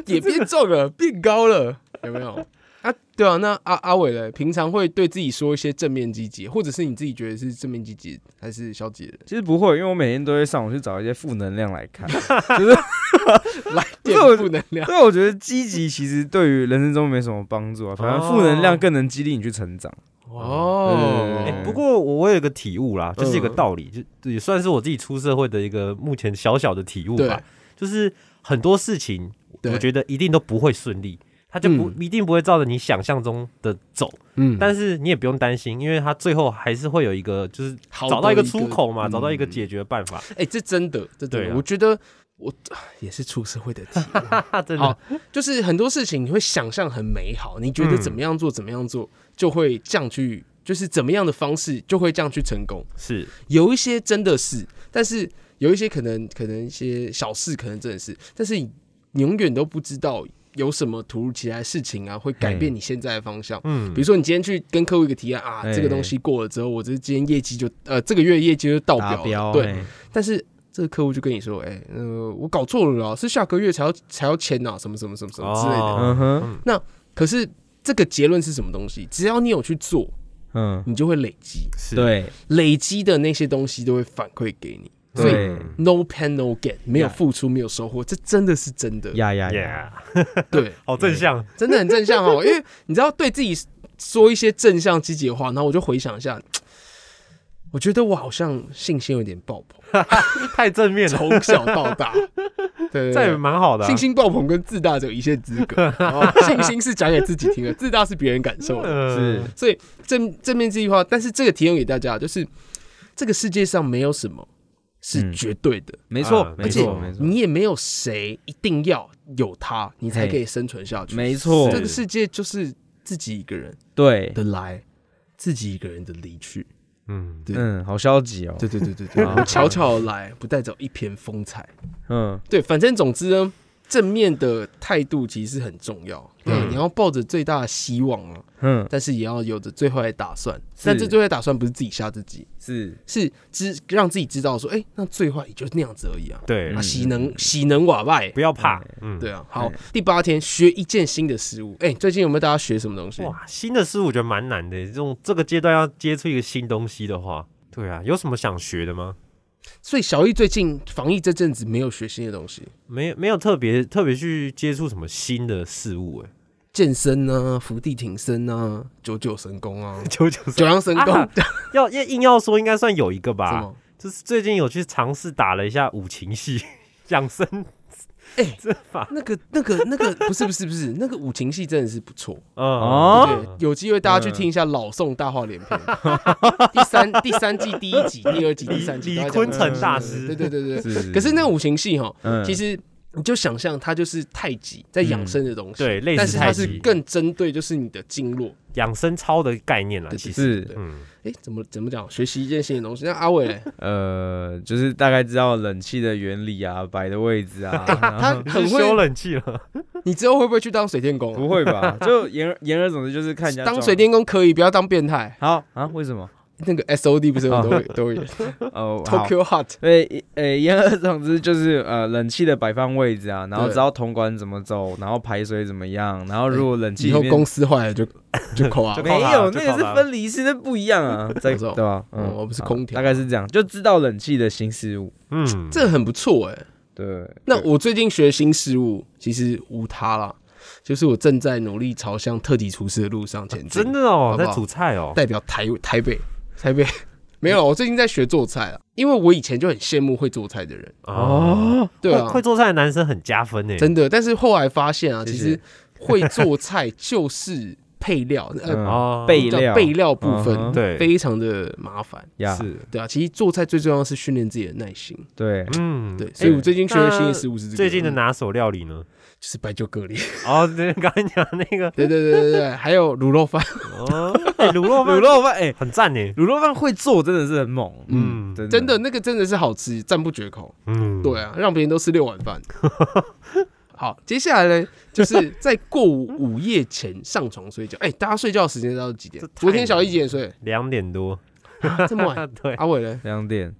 [SPEAKER 4] 也变重了，变高了，有没有？啊，对啊，那阿阿伟嘞，平常会对自己说一些正面积极，或者是你自己觉得是正面积极还是消极的？
[SPEAKER 3] 其实不会，因为我每天都会上网去找一些负能量来看。
[SPEAKER 4] 来
[SPEAKER 3] 是
[SPEAKER 4] 电
[SPEAKER 3] 我
[SPEAKER 4] 负能 量，
[SPEAKER 3] 对，我觉得积极其实对于人生中没什么帮助啊，反而负能量更能激励你去成长。
[SPEAKER 4] 哦
[SPEAKER 3] 嗯
[SPEAKER 2] 哎、不过我我有一个体悟啦，就是一个
[SPEAKER 4] 嗯
[SPEAKER 2] 道理，就也算是我自己出社会的一个目前小小的体悟
[SPEAKER 4] 对
[SPEAKER 2] 吧。就是很多事情，
[SPEAKER 4] 对
[SPEAKER 2] 我觉得一定都不会顺利，它就不、
[SPEAKER 4] 嗯
[SPEAKER 2] 一定不会照着你想象中的走，
[SPEAKER 4] 嗯，
[SPEAKER 2] 但是你也不用担心，因为它最后还是会有一个就是
[SPEAKER 4] 好
[SPEAKER 2] 找
[SPEAKER 4] 的
[SPEAKER 2] 到一个
[SPEAKER 4] 一
[SPEAKER 2] 出
[SPEAKER 4] 个
[SPEAKER 2] 口嘛，
[SPEAKER 4] 嗯
[SPEAKER 2] 找到一个解决办法。
[SPEAKER 4] 哎、这真的，这真
[SPEAKER 2] 对
[SPEAKER 4] 的，
[SPEAKER 2] 啊
[SPEAKER 4] 我觉得我也是出社会的体验，
[SPEAKER 2] 那真的
[SPEAKER 4] 好，就是很多事情你会想象很美好，你觉得怎么样做怎么样做就会这样去，就是怎么样的方式就会这样去成功。
[SPEAKER 2] 是
[SPEAKER 4] 有一些真的是，但是有一些可能可能一些小事可能真的是，但是你永远都不知道有什么突如其来的事情啊会改变你现在的方向。
[SPEAKER 2] 嗯
[SPEAKER 4] 比如说，你今天去跟客户一个提案啊，
[SPEAKER 3] 嘿
[SPEAKER 4] 这个东西过了之后，我这今天业绩就呃这个月业绩就到
[SPEAKER 3] 达
[SPEAKER 4] 了
[SPEAKER 3] 标
[SPEAKER 4] 对，
[SPEAKER 3] 嘿
[SPEAKER 4] 但是这个客户就跟你说，哎、呃，我搞错了啦，是下个月才要才要签啊呐、什么什么什么什么之类的。
[SPEAKER 2] 哦
[SPEAKER 3] 嗯哼，
[SPEAKER 4] 可是这个结论是什么东西？只要你有去做，
[SPEAKER 3] 嗯，
[SPEAKER 4] 你就会累积，
[SPEAKER 2] 是，
[SPEAKER 3] 对
[SPEAKER 4] 累积的那些东西都会反馈给你。嗯所以
[SPEAKER 3] 对
[SPEAKER 4] no pain no gain，没有
[SPEAKER 3] Yeah
[SPEAKER 4] 付出没有收获，这真的是真的。
[SPEAKER 3] 呀呀呀，
[SPEAKER 2] ，Yeah，
[SPEAKER 4] 对，
[SPEAKER 2] 好正向，
[SPEAKER 4] 真的很正向哦。因为你知道，对自己说一些正向积极的话，然后我就回想一下，我觉得我好像信心有点爆棚，
[SPEAKER 2] 太正面了，
[SPEAKER 4] 从小到大，对对
[SPEAKER 2] 这也
[SPEAKER 4] 对。
[SPEAKER 2] 蛮好的啊。
[SPEAKER 4] 信心爆棚跟自大只有一线之隔，哦信心是讲给自己听的，自大是别人感受的。
[SPEAKER 2] 呃
[SPEAKER 3] 是
[SPEAKER 4] 所以正正面这句话，但是这个提供给大家就是，这个世界上没有什么是
[SPEAKER 3] 嗯
[SPEAKER 4] 绝对的，
[SPEAKER 3] 没错
[SPEAKER 2] 啊
[SPEAKER 3] 没
[SPEAKER 2] 而
[SPEAKER 3] 错
[SPEAKER 2] 且
[SPEAKER 3] 没错
[SPEAKER 4] 你也没有嗯谁一定要有它，你才可以生存下去。
[SPEAKER 3] 没错
[SPEAKER 4] 这，个世界就是自己一个人
[SPEAKER 3] 对，
[SPEAKER 4] 的来，自己一个人的离去。
[SPEAKER 2] 嗯，
[SPEAKER 4] 对
[SPEAKER 3] 嗯，好消极哦，
[SPEAKER 4] 对对对对 对，我悄悄而来，不带走一片风采。
[SPEAKER 3] 嗯，
[SPEAKER 4] 对，反正总之呢，正面的态度其实很重要。对，啊
[SPEAKER 2] 嗯
[SPEAKER 4] 你要抱着最大的希望啊，
[SPEAKER 3] 嗯，
[SPEAKER 4] 但是也要有着最坏的打算。但这最坏的打算不是自己吓自己，
[SPEAKER 3] 是
[SPEAKER 4] 是知让自己知道说，哎、那最坏也就那样子而已啊。
[SPEAKER 2] 对
[SPEAKER 4] 啊，
[SPEAKER 3] 嗯，
[SPEAKER 4] 喜能喜能瓦外
[SPEAKER 2] 不。要怕，嗯，
[SPEAKER 4] 对啊，好
[SPEAKER 3] 对，
[SPEAKER 4] 第八天学一件新的事物。哎、最近有没有大家学什么东西？
[SPEAKER 2] 哇，新的事物我觉得蛮难的。这种这个阶段要接触一个新东西的话，对啊，有什么想学的吗？
[SPEAKER 4] 所以小易最近防疫这阵子没有学新的东西，
[SPEAKER 2] 没没有特别特别去接触什么新的事物、欸，，
[SPEAKER 4] 健身啊，伏地挺身啊，九九神功啊
[SPEAKER 2] 九九
[SPEAKER 4] 九
[SPEAKER 2] 三
[SPEAKER 4] 阳神功、
[SPEAKER 2] 啊要要硬要说应该算有一个
[SPEAKER 4] 什
[SPEAKER 2] 吧，
[SPEAKER 4] 么？
[SPEAKER 2] 就是最近有去尝试打了一下五禽戏养生
[SPEAKER 4] 哎
[SPEAKER 2] 这法，
[SPEAKER 4] 那个、那个、那个，不是、不是、不是，那个五禽戏真的是不错。
[SPEAKER 2] 嗯
[SPEAKER 3] 哦
[SPEAKER 4] 对，有机会大家去听一下老宋大话连篇，第三第三季第一集、第二集、第三
[SPEAKER 2] 李
[SPEAKER 4] 季，
[SPEAKER 2] 李
[SPEAKER 4] 大家
[SPEAKER 2] 坤
[SPEAKER 4] 讲
[SPEAKER 2] 城大
[SPEAKER 4] 的
[SPEAKER 2] 师，
[SPEAKER 4] 对对对对。
[SPEAKER 3] 是，
[SPEAKER 4] 可是那五禽戏哈，
[SPEAKER 3] 嗯
[SPEAKER 4] 其实你就想象它就是太极在养生的东西，
[SPEAKER 2] 嗯对类
[SPEAKER 4] 但
[SPEAKER 2] 似
[SPEAKER 4] 是
[SPEAKER 2] 太
[SPEAKER 4] 它是
[SPEAKER 2] 极
[SPEAKER 4] 更针对就是你的经络。
[SPEAKER 2] 养生操的概念啦，
[SPEAKER 4] 对
[SPEAKER 2] 其实，
[SPEAKER 3] 是
[SPEAKER 2] 嗯，
[SPEAKER 4] 哎，怎么怎么讲？学习一件新的东西。那阿伟嘞，
[SPEAKER 3] 呃，就是大概知道冷气的原理啊，摆的位置 啊，然
[SPEAKER 4] 他
[SPEAKER 3] 后
[SPEAKER 2] 你
[SPEAKER 4] 很
[SPEAKER 2] 是修
[SPEAKER 4] 会，
[SPEAKER 2] 冷气了，
[SPEAKER 4] 你之后会不会去当水电工啊、
[SPEAKER 3] 不会吧？就言而言而总之就是看人家
[SPEAKER 4] 当
[SPEAKER 3] 状
[SPEAKER 4] 水电工可以，不要当变态。
[SPEAKER 3] 好啊？为什么？
[SPEAKER 4] 那个 S O D 不是有都会 都会有
[SPEAKER 3] 哦，好。
[SPEAKER 4] Tokyo Hot，
[SPEAKER 3] 对，呃，言而总之就是呃，冷气的摆放位置啊，然后
[SPEAKER 4] 对
[SPEAKER 3] 知道铜管怎么走，然后排水怎么样，然后如果冷气
[SPEAKER 4] 以
[SPEAKER 3] 里
[SPEAKER 4] 后
[SPEAKER 3] 面
[SPEAKER 4] 公司 坏了就就扣啊
[SPEAKER 2] 就。
[SPEAKER 3] 没
[SPEAKER 2] 靠它
[SPEAKER 3] 有，
[SPEAKER 2] 就
[SPEAKER 3] 那个
[SPEAKER 2] 靠
[SPEAKER 3] 是
[SPEAKER 2] 它
[SPEAKER 3] 分离式，那不一样啊， 在
[SPEAKER 4] 我知道
[SPEAKER 3] 对吧？
[SPEAKER 4] 嗯
[SPEAKER 3] 嗯，
[SPEAKER 4] 我不是
[SPEAKER 3] 好
[SPEAKER 4] 空调
[SPEAKER 3] 大概是这样，就知道冷气的新事物。
[SPEAKER 2] 嗯，
[SPEAKER 4] 这很不错哎、
[SPEAKER 3] 对，
[SPEAKER 4] 那我最近学新事物，其实无他啦，就是我正在努力朝向特级厨师的路上前进。
[SPEAKER 2] 真的哦
[SPEAKER 4] 好，不
[SPEAKER 2] 在
[SPEAKER 4] 好
[SPEAKER 2] 煮菜哦，
[SPEAKER 4] 代表台台北，台北没有啦，我最近在学做菜啊，因为我以前就很羡慕会做菜的人，
[SPEAKER 2] 哦，
[SPEAKER 4] 对啊
[SPEAKER 2] 会，会做菜的男生很加分呢，欸嗯
[SPEAKER 4] 真的。但是后来发现啊，
[SPEAKER 3] 谢
[SPEAKER 4] 其
[SPEAKER 3] 谢
[SPEAKER 4] 实会做菜就是配料， 呃，
[SPEAKER 3] 嗯
[SPEAKER 2] 哦，
[SPEAKER 3] 备
[SPEAKER 4] 叫
[SPEAKER 3] 料
[SPEAKER 4] 备料部
[SPEAKER 3] 嗯
[SPEAKER 4] 分
[SPEAKER 3] 哼
[SPEAKER 2] 对
[SPEAKER 4] 非常的麻烦。
[SPEAKER 3] 呀，
[SPEAKER 2] 是，
[SPEAKER 4] 对啊，其实做菜最重要的是训练自己的耐心。
[SPEAKER 3] 对，
[SPEAKER 2] 嗯，
[SPEAKER 4] 对，所以我最近学的
[SPEAKER 2] 那
[SPEAKER 4] 新的食物是这个，
[SPEAKER 2] 最近的
[SPEAKER 4] 嗯
[SPEAKER 2] 拿手料理呢？
[SPEAKER 4] 就是白酒蛤蜊。
[SPEAKER 2] 哦，对， 刚才讲那个
[SPEAKER 4] 对对对对对，还有卤肉饭，
[SPEAKER 2] 哦，哎卤肉饭
[SPEAKER 3] 卤肉饭，哎，
[SPEAKER 2] 很赞欸呢，
[SPEAKER 3] 卤肉饭会做真的是很猛，
[SPEAKER 2] 嗯
[SPEAKER 4] 嗯，
[SPEAKER 3] 真
[SPEAKER 4] 真的那个真的是好吃，赞不绝口。
[SPEAKER 2] 嗯，
[SPEAKER 4] 对啊，让别人都吃六碗饭。 好，接下来呢，就是在过午午夜前上床睡觉。哎、大家睡觉的时间到底几点
[SPEAKER 2] 这？太
[SPEAKER 4] 昨天小一几点睡？
[SPEAKER 2] 两点多，
[SPEAKER 4] 啊这 么晚？
[SPEAKER 2] 对，
[SPEAKER 4] 阿伟呢？
[SPEAKER 3] 两点，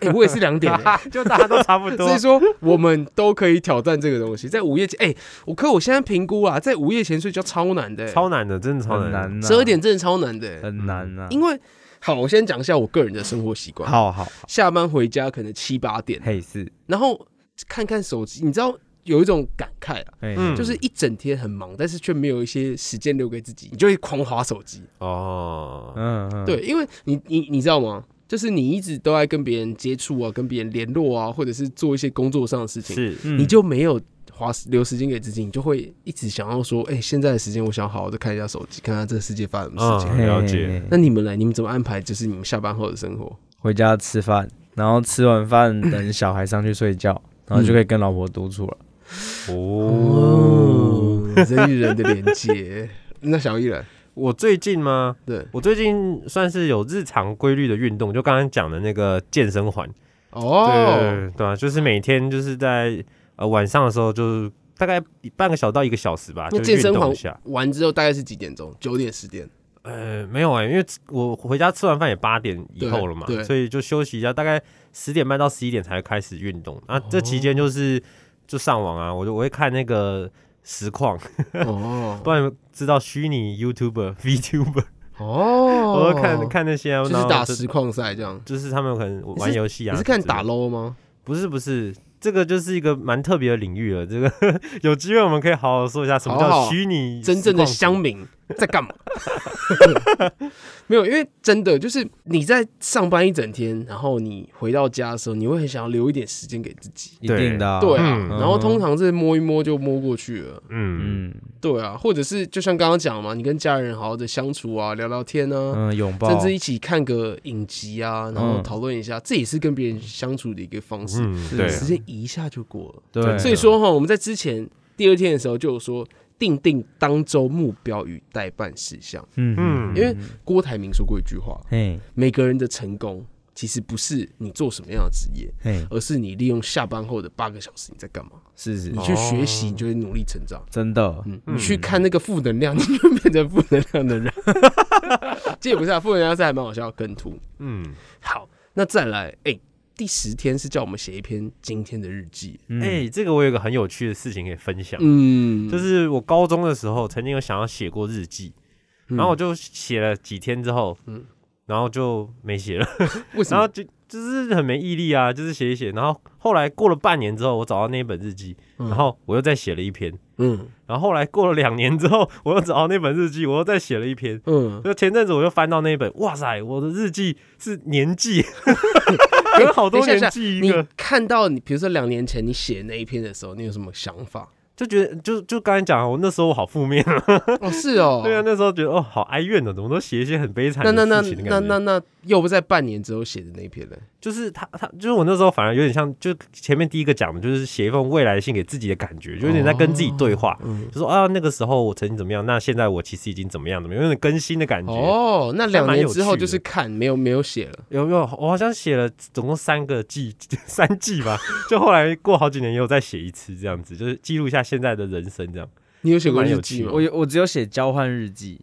[SPEAKER 4] 哎、我也是两点、 欸。
[SPEAKER 2] 就大家都差不 多
[SPEAKER 4] 所以，说，我们都可以挑战这个东西，在午夜前。哎、我可我现在评估啊，在午夜前睡觉超难的、
[SPEAKER 2] 超难啊的，真的超
[SPEAKER 3] 很
[SPEAKER 2] 难的，
[SPEAKER 3] 难，啊
[SPEAKER 4] 十二点真的超难的、欸
[SPEAKER 3] 很难啊，
[SPEAKER 4] 因为好，我先讲一下我个人的生活习惯。
[SPEAKER 3] 好好好，
[SPEAKER 4] 下班回家可能七八点，
[SPEAKER 3] 嘿是，
[SPEAKER 4] 然后看看手机，你知道有一种感慨啊，
[SPEAKER 3] 嘿
[SPEAKER 2] 嗯
[SPEAKER 4] 就是一整天很忙，但是却没有一些时间留给自己，你就会狂划手机。
[SPEAKER 2] 哦，
[SPEAKER 3] 嗯嗯，
[SPEAKER 4] 对，因为你你你知道吗？就是你一直都在跟别人接触啊，跟别人联络啊，或者是做一些工作上的事情，
[SPEAKER 2] 是，
[SPEAKER 3] 嗯，
[SPEAKER 4] 你就没有花时留时间给自己，你就会一直想要说，哎、
[SPEAKER 2] 嗯
[SPEAKER 4] 现在的时间我想好好的看一下手机，看看这个世界发生什么事情。
[SPEAKER 2] 嗯了解
[SPEAKER 3] 嘿嘿
[SPEAKER 4] 那你们来，你们怎么安排？就是你们下班后的生活？
[SPEAKER 3] 回家吃饭，然后吃完饭等小孩上去睡觉，
[SPEAKER 4] 嗯
[SPEAKER 3] 然后就可以跟老婆独处了。
[SPEAKER 2] 哦，，
[SPEAKER 4] 人与人的连 接。那小艺人，
[SPEAKER 2] 我最近吗？
[SPEAKER 4] 对，
[SPEAKER 2] 我最近算是有日常规律的运动，就刚刚讲的那个健身环。
[SPEAKER 4] 哦，
[SPEAKER 2] 对对啊，就是每天就是在呃晚上的时候，就是大概半个小时到一个小时吧，就
[SPEAKER 4] 那健
[SPEAKER 2] 运
[SPEAKER 4] 身
[SPEAKER 2] 动
[SPEAKER 4] 环
[SPEAKER 2] 一下。
[SPEAKER 4] 完之后大概是几点钟？九点十 点。
[SPEAKER 2] 呃，没有哎、因为我回家吃完饭也八点以后了嘛
[SPEAKER 4] 对，对
[SPEAKER 2] 所以就休息一下，大概十点半到十一点才开始运动。啊，这期
[SPEAKER 4] 哦
[SPEAKER 2] 间就是就上网啊，我就我会看那个实况，
[SPEAKER 4] 哦
[SPEAKER 2] 不然知道虚拟 YouTuber、VTuber，、
[SPEAKER 4] 哦
[SPEAKER 2] 我会看看那些啊，
[SPEAKER 4] 就是
[SPEAKER 2] 然后
[SPEAKER 4] 打实况赛这样。
[SPEAKER 2] 就是他们可能玩游戏啊，
[SPEAKER 4] 你是看
[SPEAKER 2] 之类的
[SPEAKER 4] 打 LO 吗？
[SPEAKER 2] 不是不是，这个就是一个蛮特别的领域了。这个有机会我们可以好好说一下什么
[SPEAKER 4] 好
[SPEAKER 2] 叫
[SPEAKER 4] 好
[SPEAKER 2] 虚拟
[SPEAKER 4] 真正的
[SPEAKER 2] 实
[SPEAKER 4] 乡
[SPEAKER 2] 况
[SPEAKER 4] 民在干嘛？没有，因为真的就是你在上班一整天，然后你回到家的时候，你会很想要留一点时间给自己。
[SPEAKER 3] 一
[SPEAKER 2] 对
[SPEAKER 3] 定的、啊，
[SPEAKER 4] 对啊，
[SPEAKER 2] 嗯
[SPEAKER 4] 然后通常是摸一摸就摸过去了。
[SPEAKER 2] 嗯，
[SPEAKER 3] 嗯
[SPEAKER 4] 对啊，或者是就像刚刚讲嘛，你跟家人好好的相处啊，聊聊天啊，
[SPEAKER 3] 嗯，拥抱，
[SPEAKER 4] 甚至一起看个影集啊，然后
[SPEAKER 3] 嗯
[SPEAKER 4] 讨论一下，这也是跟别人相处的一个方式。
[SPEAKER 2] 嗯
[SPEAKER 3] 是
[SPEAKER 2] 对
[SPEAKER 4] 时间一下就过了。
[SPEAKER 3] 对，
[SPEAKER 4] 所以说哈，我们在之前第二天的时候就有说，定定当周目标与待办事项。
[SPEAKER 3] 嗯
[SPEAKER 2] 嗯
[SPEAKER 4] 因为郭台铭说过一句话：
[SPEAKER 3] 嘿
[SPEAKER 4] 每个人的成功其实不是你做什么样的职业，
[SPEAKER 3] 嘿，
[SPEAKER 4] 而是你利用下班后的八个小时你在干嘛。
[SPEAKER 3] 是是
[SPEAKER 4] 你
[SPEAKER 2] 哦
[SPEAKER 4] 去学习，你就会努力成长。
[SPEAKER 3] 真的，
[SPEAKER 4] 嗯，你去看那个负能量，你就变成负能量的人。 这也不是啊，负能量是还蛮好笑的梗图。
[SPEAKER 2] 嗯，
[SPEAKER 4] 好，那再来，哎、第十天是叫我们写一篇今天的日记。啊
[SPEAKER 3] 嗯
[SPEAKER 2] 哎，这个我有一个很有趣的事情可以分享，
[SPEAKER 4] 嗯，
[SPEAKER 2] 就是我高中的时候曾经有想要写过日记，
[SPEAKER 4] 嗯
[SPEAKER 2] 然后我就写了几天之后，
[SPEAKER 4] 嗯
[SPEAKER 2] 然后就没写了，
[SPEAKER 4] 为什
[SPEAKER 2] 然后
[SPEAKER 4] 么？
[SPEAKER 2] 就就是很没毅力啊，就是写一写，然后后来过了半年之后，我找到那本日记，
[SPEAKER 4] 嗯
[SPEAKER 2] 然后我又再写了一篇，
[SPEAKER 4] 嗯
[SPEAKER 2] 然后后来过了两年之后，我又找到那本日记，我又再写了一篇。
[SPEAKER 4] 嗯，
[SPEAKER 2] 就前阵子我就翻到那一本，哇塞，我的日记是年纪， 有好多
[SPEAKER 4] 哎等
[SPEAKER 2] 年
[SPEAKER 4] 一下
[SPEAKER 2] 记一
[SPEAKER 4] 你
[SPEAKER 2] 个，
[SPEAKER 4] 看到你，比如说两年前你写那一篇的时候，你有什么想 法？
[SPEAKER 2] 就觉得就就刚才讲，我那时候我好负面啊，
[SPEAKER 4] 哦，是哦，
[SPEAKER 2] 对啊，那时候觉得哦好哀怨的，怎么都写一些很悲惨
[SPEAKER 4] 那那那
[SPEAKER 2] 的事情的
[SPEAKER 4] 那
[SPEAKER 2] 感
[SPEAKER 4] 那
[SPEAKER 2] 觉。
[SPEAKER 4] 那又不在半年之后写的那一篇呢？
[SPEAKER 2] 就是他他就是我那时候反而有点像，就前面第一个讲的，就是写一封未来信给自己的感觉，就有点在跟自己对话，
[SPEAKER 4] 嗯，
[SPEAKER 2] 就说啊那个时候我曾经怎么样，那现在我其实已经怎么样怎么样，有点更新的感觉。
[SPEAKER 4] 哦，那两
[SPEAKER 2] 蛮
[SPEAKER 4] 年
[SPEAKER 2] 有
[SPEAKER 4] 之后
[SPEAKER 2] 趣的
[SPEAKER 4] 就是看，没有没有写了。
[SPEAKER 2] 有没有？我好像写了总共三个季， 三季吧。 就后来过好几年，也有再写一次，这样子，就是记录一下现在的人生，这样。
[SPEAKER 4] 你有写过
[SPEAKER 2] 蛮有
[SPEAKER 4] 日记
[SPEAKER 2] 趣的
[SPEAKER 4] 吗
[SPEAKER 3] 我？有我只有写交换日记，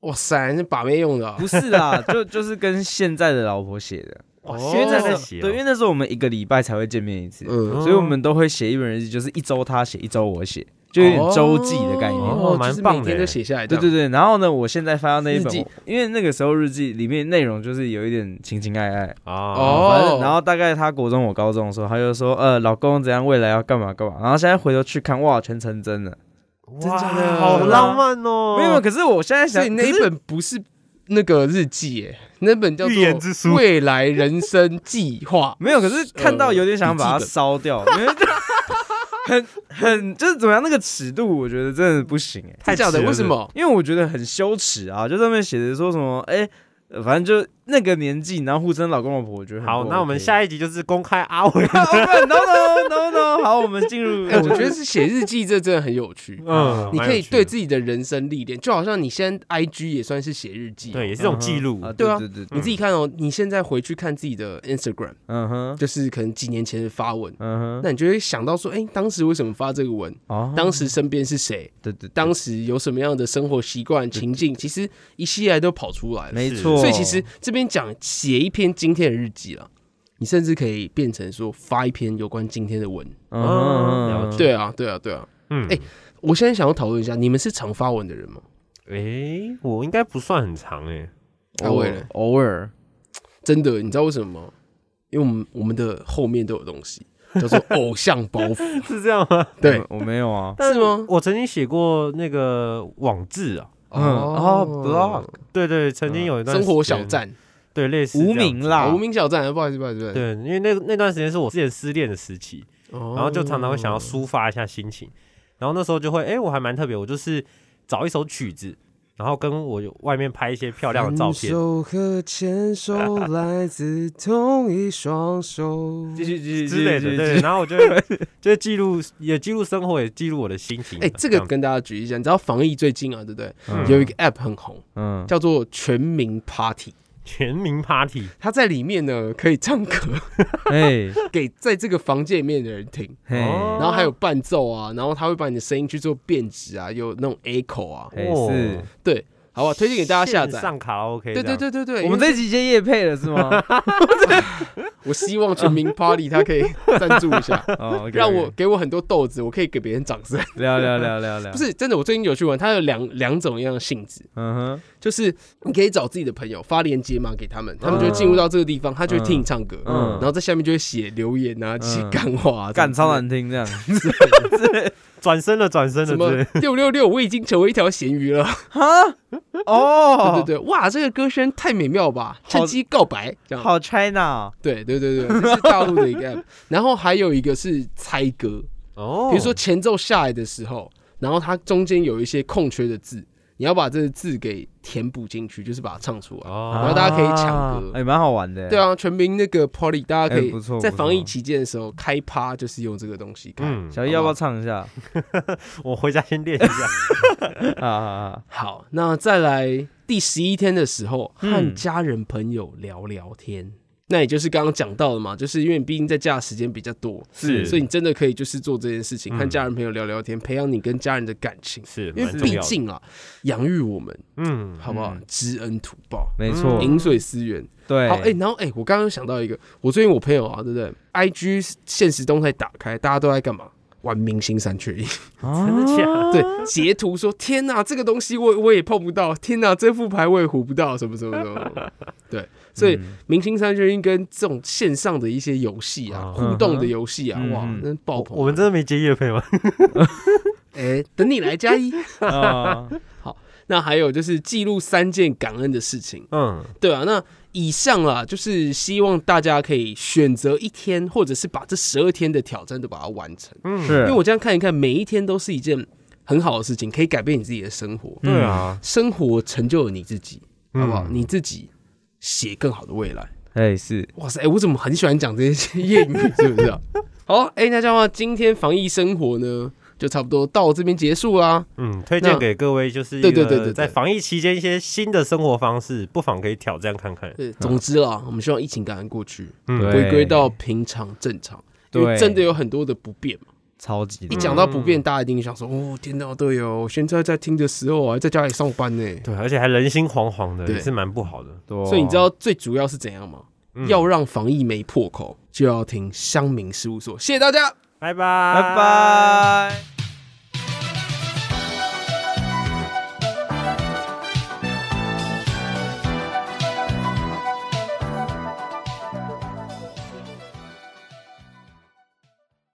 [SPEAKER 4] 哇塞，那把妹用的啊
[SPEAKER 3] 不是啦， 就就是跟现在的老婆写的，
[SPEAKER 2] 哇，
[SPEAKER 4] 哦
[SPEAKER 3] 因为
[SPEAKER 2] 现
[SPEAKER 3] 那
[SPEAKER 2] 在
[SPEAKER 3] 时
[SPEAKER 2] 在
[SPEAKER 3] 候
[SPEAKER 2] 写哦，
[SPEAKER 3] 对，因为那时候我们一个礼拜才会见面一次，
[SPEAKER 4] 嗯，
[SPEAKER 3] 所以我们都会写一本日记，就是一周他写，一周我写，就有点周记的概念。
[SPEAKER 2] 哦
[SPEAKER 4] 就
[SPEAKER 2] 蛮
[SPEAKER 4] 是
[SPEAKER 2] 棒的
[SPEAKER 4] 每天都写下来。
[SPEAKER 3] 对对，对，然后呢，我现在翻到那一
[SPEAKER 4] 日
[SPEAKER 3] 本
[SPEAKER 4] 记，
[SPEAKER 3] 因为那个时候日记里面内容就是有一点情情爱爱，
[SPEAKER 2] 啊，
[SPEAKER 4] 哦
[SPEAKER 3] 反正然后大概他国中我高中的时候，他就说呃老公怎样未来要干嘛干嘛，然后现在回头去看哇全成真了，
[SPEAKER 4] 真
[SPEAKER 2] 哇
[SPEAKER 4] 假的
[SPEAKER 2] 好浪漫哦！
[SPEAKER 3] 没有，没有可是我现在
[SPEAKER 4] 所
[SPEAKER 3] 想
[SPEAKER 2] 啊
[SPEAKER 4] 以那一
[SPEAKER 3] 可是
[SPEAKER 4] 本不是那个日记，耶，那本叫做
[SPEAKER 2] 预言之
[SPEAKER 4] 《
[SPEAKER 2] 书
[SPEAKER 4] 未来人生计划
[SPEAKER 3] 没有，可是看到有点想把
[SPEAKER 4] 笔
[SPEAKER 3] 它
[SPEAKER 4] 记本
[SPEAKER 3] 烧掉，因为 就很很就是怎么样那个尺度，我觉得真的不行哎、》。
[SPEAKER 2] 太
[SPEAKER 4] 是假的？
[SPEAKER 2] 扯了
[SPEAKER 4] 为什么？
[SPEAKER 3] 因为我觉得很羞耻啊，就上面写着说什么哎、呃反正就那个年纪，然后互称老公老婆，我觉得很
[SPEAKER 2] 好，
[SPEAKER 3] 不
[SPEAKER 2] 那我们
[SPEAKER 3] OK
[SPEAKER 2] 下一集就是公开阿伟。
[SPEAKER 3] 啊不然 no no no no，好，我们进入，
[SPEAKER 4] 哎，我觉得是写日记这真的很有趣。
[SPEAKER 2] 嗯
[SPEAKER 4] 你可以对自
[SPEAKER 2] 己
[SPEAKER 4] 己的人生历练，就好像你现在 IG 也算是写日记，
[SPEAKER 2] 对，也是一种记录
[SPEAKER 3] 嗯哼。啊
[SPEAKER 4] 对啊
[SPEAKER 3] 对对对，
[SPEAKER 4] 你自己看哦，你现在回去看自己的 Instagram，
[SPEAKER 3] 嗯哼，
[SPEAKER 4] 就是可能几年前的发文，
[SPEAKER 3] 嗯哼，
[SPEAKER 4] 那你就会想到说，哎、当时为什么发这个文？
[SPEAKER 3] 哦，
[SPEAKER 4] 当时身边是谁？
[SPEAKER 3] 对对，对
[SPEAKER 4] 当时有什么样的生活习惯、情境？其实一系列都跑出来了。
[SPEAKER 3] 没
[SPEAKER 2] 是
[SPEAKER 3] 错，
[SPEAKER 4] 所以其实这边讲写一篇今天的日记啦，你甚至可以变成说发一篇有关今天的文。
[SPEAKER 3] 嗯哼，嗯
[SPEAKER 2] 了
[SPEAKER 3] 哼
[SPEAKER 2] 解
[SPEAKER 4] 对啊，对啊，对啊。
[SPEAKER 2] 嗯，
[SPEAKER 4] 哎我现在想要讨论一下，你们是常发文的人吗？
[SPEAKER 2] 哎，我应该不算很长哎。
[SPEAKER 4] 阿伟嘞，
[SPEAKER 3] 偶尔，
[SPEAKER 4] 真的，你知道为什么吗？因为我们我们的后面都有东西叫做偶像包 袱，
[SPEAKER 2] 是这样吗？
[SPEAKER 4] 对，
[SPEAKER 3] 我没有啊，
[SPEAKER 4] 是吗？
[SPEAKER 2] 我曾经写过那个网志啊，
[SPEAKER 3] 嗯哦，blog
[SPEAKER 2] 对对，曾经有一段
[SPEAKER 4] 嗯生活
[SPEAKER 2] 时间
[SPEAKER 4] 小，站，哦
[SPEAKER 2] 对，类似这
[SPEAKER 3] 无
[SPEAKER 2] 样子
[SPEAKER 3] 名啦
[SPEAKER 4] 无，名小站，不好意思，不好意思，不好意思，哦
[SPEAKER 2] 对，因为那个那段时间是我之前失恋的时期，
[SPEAKER 4] 然
[SPEAKER 2] 然后就常常会想要抒发一下心情。然后那时候就会，哎、我还蛮特别，我就是找一首曲子，然后跟我外面拍一些漂亮的照片。
[SPEAKER 4] 手和牵手来自同一双手。
[SPEAKER 3] 继续继续
[SPEAKER 2] 之类的，对，，然后我就会就是记录，也记录生活，也记录我的心情。啊
[SPEAKER 4] 哎、这个
[SPEAKER 2] 样子
[SPEAKER 4] 跟大家举一下，你知道防疫最近啊，对不对？
[SPEAKER 2] 嗯
[SPEAKER 4] 有一个 App 很红，
[SPEAKER 3] 嗯，
[SPEAKER 4] 叫做全民 Party，
[SPEAKER 2] 全民 party，
[SPEAKER 4] 它在里面呢可以唱歌
[SPEAKER 3] 哎
[SPEAKER 4] 给在这个房间里面的人听，
[SPEAKER 3] 嘿，
[SPEAKER 2] 哦
[SPEAKER 4] 然后还有伴奏啊，然后它会把你的声音去做变质啊，有那种 echo 啊，
[SPEAKER 3] 哎
[SPEAKER 2] 哦
[SPEAKER 3] 是，
[SPEAKER 4] 对，好吧，推荐给大家下
[SPEAKER 2] 线
[SPEAKER 4] 载。
[SPEAKER 2] 上卡拉 OK，
[SPEAKER 4] 对对对对对，
[SPEAKER 3] 我们
[SPEAKER 4] 因为
[SPEAKER 3] 这集接夜配了是吗？
[SPEAKER 4] 我希望全民 Party 它可以赞助一下，
[SPEAKER 3] 哦，OK，OK，
[SPEAKER 4] 让我给我很多豆子，我可以给别人掌声。
[SPEAKER 3] 聊聊聊聊聊，
[SPEAKER 4] 不，是真的，我最近有去玩，它有两两种一样的性质，
[SPEAKER 3] 嗯哼，
[SPEAKER 4] 就是你可以找自己的朋友发链接嘛给他们，他们就会进入到这个地方，他就会听你唱歌，
[SPEAKER 3] 嗯
[SPEAKER 4] 然后在下面就会写留言啊，这些
[SPEAKER 3] 嗯
[SPEAKER 4] 干话啊，
[SPEAKER 3] 干
[SPEAKER 4] 这
[SPEAKER 3] 超
[SPEAKER 4] 样子
[SPEAKER 3] 难听这样，
[SPEAKER 2] 转身了，转身了，
[SPEAKER 4] 什么
[SPEAKER 2] 对
[SPEAKER 4] 六六六，我已经成为一条咸鱼了。
[SPEAKER 3] 哦，
[SPEAKER 4] 对对对，哇，这个歌声太美妙吧，趁机告白这样。
[SPEAKER 3] 好 China，哦
[SPEAKER 4] 对对对对，这是大陆的一个 app。然后还有一个是猜歌，
[SPEAKER 2] 哦，
[SPEAKER 4] 比如说前奏下来的时候，然后它中间有一些空缺的字，你要把这个字给填补进去，就是把它唱出来。然
[SPEAKER 2] 哦
[SPEAKER 4] 后大家可以抢歌
[SPEAKER 3] 啊哎，蛮好玩的，
[SPEAKER 4] 对，啊，全民那个 party，大家可
[SPEAKER 3] 哎
[SPEAKER 4] 以
[SPEAKER 3] 不错
[SPEAKER 4] 在
[SPEAKER 3] 不错
[SPEAKER 4] 防疫期间的时候开趴，就是用这个东西开。
[SPEAKER 2] 嗯，
[SPEAKER 3] 小易要不要唱一下？
[SPEAKER 2] 我回家先练一下。
[SPEAKER 3] 啊啊啊，
[SPEAKER 4] 好，那再来第十一天的时候，
[SPEAKER 3] 嗯
[SPEAKER 4] 和家人朋友聊聊
[SPEAKER 2] 嗯
[SPEAKER 4] 天。那也就是刚刚讲到的嘛，就是因为你毕竟在家的时间比较多，
[SPEAKER 2] 是
[SPEAKER 4] 所以你真的可以就是做这件事情，
[SPEAKER 2] 嗯
[SPEAKER 4] 和家人朋友聊聊天，培养你跟家人的感情。
[SPEAKER 2] 是
[SPEAKER 4] 因为
[SPEAKER 2] 蛮重
[SPEAKER 4] 毕
[SPEAKER 2] 要的，
[SPEAKER 4] 竟啊，养育我们，
[SPEAKER 2] 嗯，
[SPEAKER 4] 好不好
[SPEAKER 3] 嗯？
[SPEAKER 4] 知恩图报，
[SPEAKER 3] 没错，
[SPEAKER 4] 饮水思源。
[SPEAKER 3] 对，
[SPEAKER 4] 嗯好，哎、然后哎、我刚刚想到一个，我最近我朋友啊，对不对？IG 现实动态打开，大家都在干嘛？玩明星三缺一，
[SPEAKER 3] 啊，
[SPEAKER 2] 真的假的？
[SPEAKER 4] 对，截图说天哪，这个东西我我也碰不到，天哪，这副牌我也胡不到，什么什么什么，对，所以
[SPEAKER 3] 嗯
[SPEAKER 4] 明星三缺一跟这种线上的一些游戏啊，
[SPEAKER 2] 嗯
[SPEAKER 4] 互动的游戏啊，
[SPEAKER 3] 嗯
[SPEAKER 4] 哇
[SPEAKER 3] 嗯，
[SPEAKER 4] 那爆棚！
[SPEAKER 2] 哦我们真的没接夜 配吗？
[SPEAKER 4] 哎、等你来加一。
[SPEAKER 3] 啊，
[SPEAKER 4] 那还有就是记录三件感恩的事情，
[SPEAKER 2] 嗯，
[SPEAKER 4] 对啊，那以上啦，就是希望大家可以选择一天，或者是把这十二天的挑战都把它完成。
[SPEAKER 2] 嗯
[SPEAKER 3] 是，
[SPEAKER 4] 因为我这样看一看，每一天都是一件很好的事情，可以改变你自己的生活，
[SPEAKER 3] 嗯
[SPEAKER 2] 对啊，
[SPEAKER 4] 生活成就了你自己，好不好？
[SPEAKER 2] 嗯
[SPEAKER 4] 你自己写更好的未来。
[SPEAKER 3] 哎是，
[SPEAKER 4] 哇塞，哎我怎么很喜欢讲这些谚语，是不 是、啊？好，哎、那这样的话，今天防疫生活呢，就差不多到这边结束啦。
[SPEAKER 2] 嗯，推荐
[SPEAKER 4] 那
[SPEAKER 2] 给各位就是一
[SPEAKER 4] 对对对对
[SPEAKER 2] 个
[SPEAKER 4] 对
[SPEAKER 2] 在防疫期间一些新的生活方式，不妨可以挑战看看。
[SPEAKER 4] 对，总之啦，我们希望疫情赶快过去，
[SPEAKER 2] 嗯
[SPEAKER 3] 嗯对
[SPEAKER 4] 回归到平常正常，因为
[SPEAKER 3] 对
[SPEAKER 4] 真的有很多的不便。
[SPEAKER 3] 超级的
[SPEAKER 4] 一讲到不
[SPEAKER 2] 嗯
[SPEAKER 4] 便，大家一定想说：“哦，天哪，对哦，我现在在听的时候，我还在家里上班呢。
[SPEAKER 2] 对，而且还人心惶惶的，
[SPEAKER 4] 对
[SPEAKER 2] 也是蛮不好的。
[SPEAKER 3] 多，”
[SPEAKER 4] 所以你知道最主要是怎样吗？
[SPEAKER 2] 嗯
[SPEAKER 4] 要让防疫没破口，就要听乡民事务所。谢谢大家。
[SPEAKER 2] 拜拜，
[SPEAKER 3] 拜拜。